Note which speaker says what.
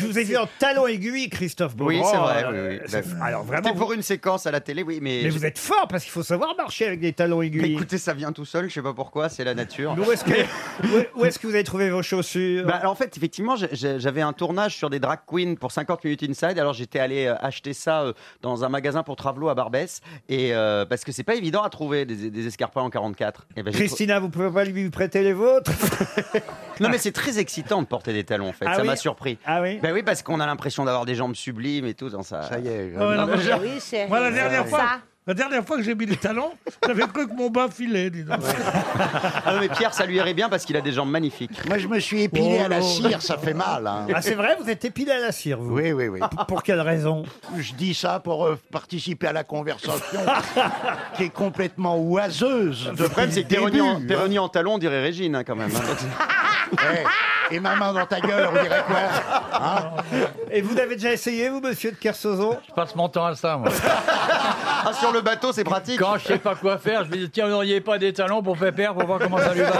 Speaker 1: vous étiez en talon aiguille, Christophe Beaugrand.
Speaker 2: Oui, c'est vrai.
Speaker 1: euh,
Speaker 2: oui, oui.
Speaker 1: c'est-
Speaker 2: Ben,
Speaker 1: Alors vraiment,
Speaker 2: C'était
Speaker 1: vous,
Speaker 2: pour une séquence à la télé, oui, mais.
Speaker 1: mais vous êtes fort parce qu'il faut savoir marcher avec des talons
Speaker 2: Mais
Speaker 1: aiguilles.
Speaker 2: écoutez, ça vient tout seul, je sais pas pourquoi, c'est la nature.
Speaker 1: Mais où est-ce que, où- où est-ce que vous avez trouvé vos chaussures
Speaker 2: Bah, alors, en fait, effectivement, j'ai- j'ai- j'avais un tournage sur des drag queens pour 50 minutes inside. Alors, j'étais allé euh, acheter ça euh, dans un magasin pour Travelo à Barbès. Et, euh, parce que c'est pas évident à trouver des, des escarpins en 44. Et ben, j'ai trou-
Speaker 1: Christina, vous pouvez pas lui prêter les vôtres
Speaker 2: Non, mais c'est très excitant de porter des talons, en fait.
Speaker 1: Ah
Speaker 2: ça
Speaker 1: oui
Speaker 2: m'a surpris.
Speaker 1: Ah oui
Speaker 2: Ben oui, parce qu'on a l'impression d'avoir des jambes sublimes et tout. Dans ça...
Speaker 3: Ça y est.
Speaker 4: Ah ouais, non, moi, j'ai-
Speaker 5: Oui, chérie.
Speaker 4: moi, la dernière
Speaker 5: c'est
Speaker 4: fois,
Speaker 5: ça.
Speaker 4: la dernière fois que j'ai mis des talons, j'avais cru que mon bain filait. Dis donc.
Speaker 2: Ah non, mais Pierre, ça lui irait bien parce qu'il a des jambes magnifiques.
Speaker 3: Moi, je me suis épilé
Speaker 4: Oh,
Speaker 3: à la cire, ça fait mal. hein.
Speaker 1: Ah c'est vrai, vous êtes épilé à la cire, vous.
Speaker 3: Oui, oui, oui.
Speaker 1: P- Pour quelle raison
Speaker 3: Je dis ça pour euh, participer à la conversation qui est complètement oiseuse.
Speaker 2: Le problème, c'est que Péroni en,
Speaker 1: hein.
Speaker 3: début,
Speaker 2: Péroni en talons, on dirait Régine, hein, quand même. hein.
Speaker 3: Eh, Et ma main dans ta gueule, on dirait quoi
Speaker 1: Et vous l'avez déjà essayé, vous, monsieur de Kersauzon
Speaker 6: Je passe mon temps à ça, moi.
Speaker 2: ah, sur le bateau, c'est pratique.
Speaker 6: Quand je sais pas quoi faire, je me dis tiens, vous n'auriez pas des talons pour Pépère pour voir comment ça lui va